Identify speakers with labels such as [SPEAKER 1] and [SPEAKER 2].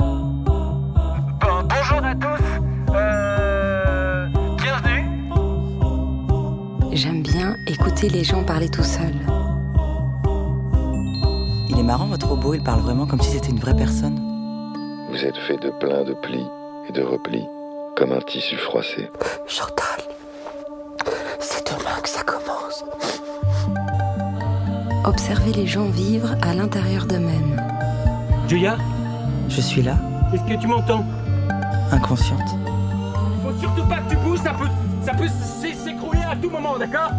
[SPEAKER 1] Euh, Bonjour à tous. Euh, bienvenue.
[SPEAKER 2] J'aime bien écouter les gens parler tout seuls.
[SPEAKER 3] Il est marrant, votre robot, il parle vraiment comme si c'était une vraie personne.
[SPEAKER 4] Vous êtes fait de plein de plis et de replis, comme un tissu froissé.
[SPEAKER 5] Chantal, c'est demain que ça commence.
[SPEAKER 2] Observer les gens vivre à l'intérieur d'eux-mêmes.
[SPEAKER 6] Julia,
[SPEAKER 3] Je suis là,
[SPEAKER 6] est-ce que tu m'entends
[SPEAKER 3] inconsciente.
[SPEAKER 6] Il faut surtout pas que tu bouges, ça peut, ça peut s'é- s'écrouler à tout moment, d'accord